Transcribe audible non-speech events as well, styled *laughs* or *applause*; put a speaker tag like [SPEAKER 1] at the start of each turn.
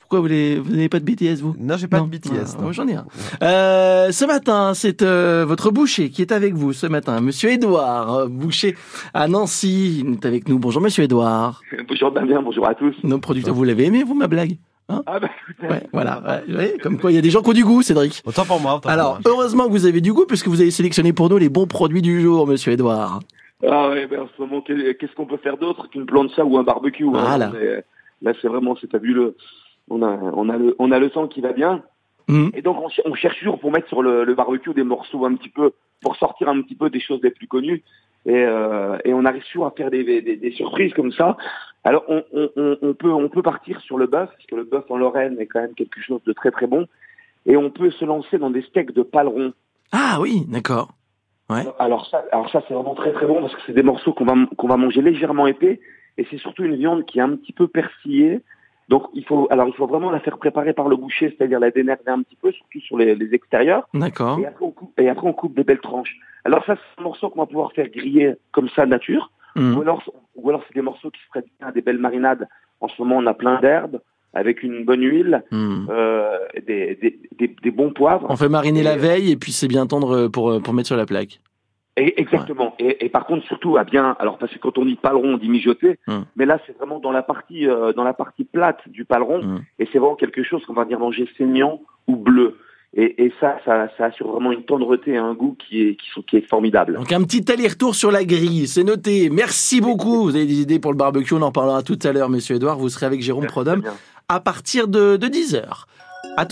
[SPEAKER 1] Pourquoi vous n'avez vous pas de BTS, vous
[SPEAKER 2] Non, j'ai pas
[SPEAKER 1] Non.
[SPEAKER 2] de BTS.
[SPEAKER 1] Ah,
[SPEAKER 2] non.
[SPEAKER 1] moi, J'en ai un. Euh, ce matin, c'est euh, votre boucher qui est avec vous ce matin, Monsieur Édouard, euh, boucher à Nancy. Il est avec nous. Bonjour, Monsieur Édouard.
[SPEAKER 3] *laughs* Bonjour Damien, bonjour à tous.
[SPEAKER 1] Nos producteurs, vous l'avez aimé, vous, ma blague
[SPEAKER 3] Ah bah,
[SPEAKER 1] Ouais, voilà. Ouais, ouais, comme quoi, il y a des gens qui ont du goût, Cédric.
[SPEAKER 2] Autant pour moi. Autant
[SPEAKER 1] Alors,
[SPEAKER 2] pour moi.
[SPEAKER 1] heureusement que vous avez du goût, puisque vous avez sélectionné pour nous les bons produits du jour, Monsieur Édouard.
[SPEAKER 3] ah ouais, ben, en ce moment, quel- qu'est-ce qu'on peut faire d'autre qu'une plancha ou un barbecue hein.
[SPEAKER 1] Voilà.
[SPEAKER 3] On est- Là, c'est vraiment, c'est fabuleux. On a, on, a le, on a le sang qui va bien.
[SPEAKER 1] Hmm.
[SPEAKER 3] Et donc, on, ch- on cherche toujours pour mettre sur le, le barbecue des morceaux un petit peu, pour sortir un petit peu des choses les plus connues. Et, euh, et on arrive toujours à faire des, des- des surprises comme ça. Alors, on, on- on- on peut, on peut partir sur le bœuf, parce que le bœuf en Lorraine est quand même quelque chose de très très bon. Et on peut se lancer dans des steaks de paleron.
[SPEAKER 1] Ah oui, d'accord.
[SPEAKER 3] Alors ça, alors ça c'est vraiment très très bon parce que c'est des morceaux qu'on va qu'on va manger légèrement épais et c'est surtout une viande qui est un petit peu persillée. Donc il faut alors il faut vraiment la faire préparer par le boucher, c'est-à-dire la dénerver un petit peu, surtout sur les, les extérieurs.
[SPEAKER 1] D'accord.
[SPEAKER 3] Et après on coupe et après on coupe des belles tranches. Alors ça c'est un morceau qu'on va pouvoir faire griller comme ça nature.
[SPEAKER 1] Hmm.
[SPEAKER 3] Ou alors, ou alors c'est des morceaux qui se prêtent bien à des belles marinades. En ce moment on a plein d'herbes avec une bonne huile,
[SPEAKER 1] Hmm.
[SPEAKER 3] euh, des, des, des, des bons poivres.
[SPEAKER 1] On fait mariner la veille et puis c'est bien tendre pour, euh, pour mettre sur la plaque.
[SPEAKER 3] Et- exactement. Et, et par contre, surtout à bien. Alors parce que quand on dit paleron, on dit mijoter.
[SPEAKER 1] Hum.
[SPEAKER 3] Mais là, c'est vraiment dans la partie euh, dans la partie plate du paleron.
[SPEAKER 1] Hum.
[SPEAKER 3] Et c'est vraiment quelque chose qu'on va dire manger saignant ou bleu. Et, et ça, ça, ça assure vraiment une tendreté et un goût qui est qui, sont- qui est formidable.
[SPEAKER 1] Donc un petit aller-retour sur la grille, c'est noté. Merci beaucoup. Vous avez des idées pour le barbecue, on en parlera tout à l'heure, monsieur Edouard. Vous serez avec Jérôme Prodhomme
[SPEAKER 3] Très bien.
[SPEAKER 1] à partir de, de 10h.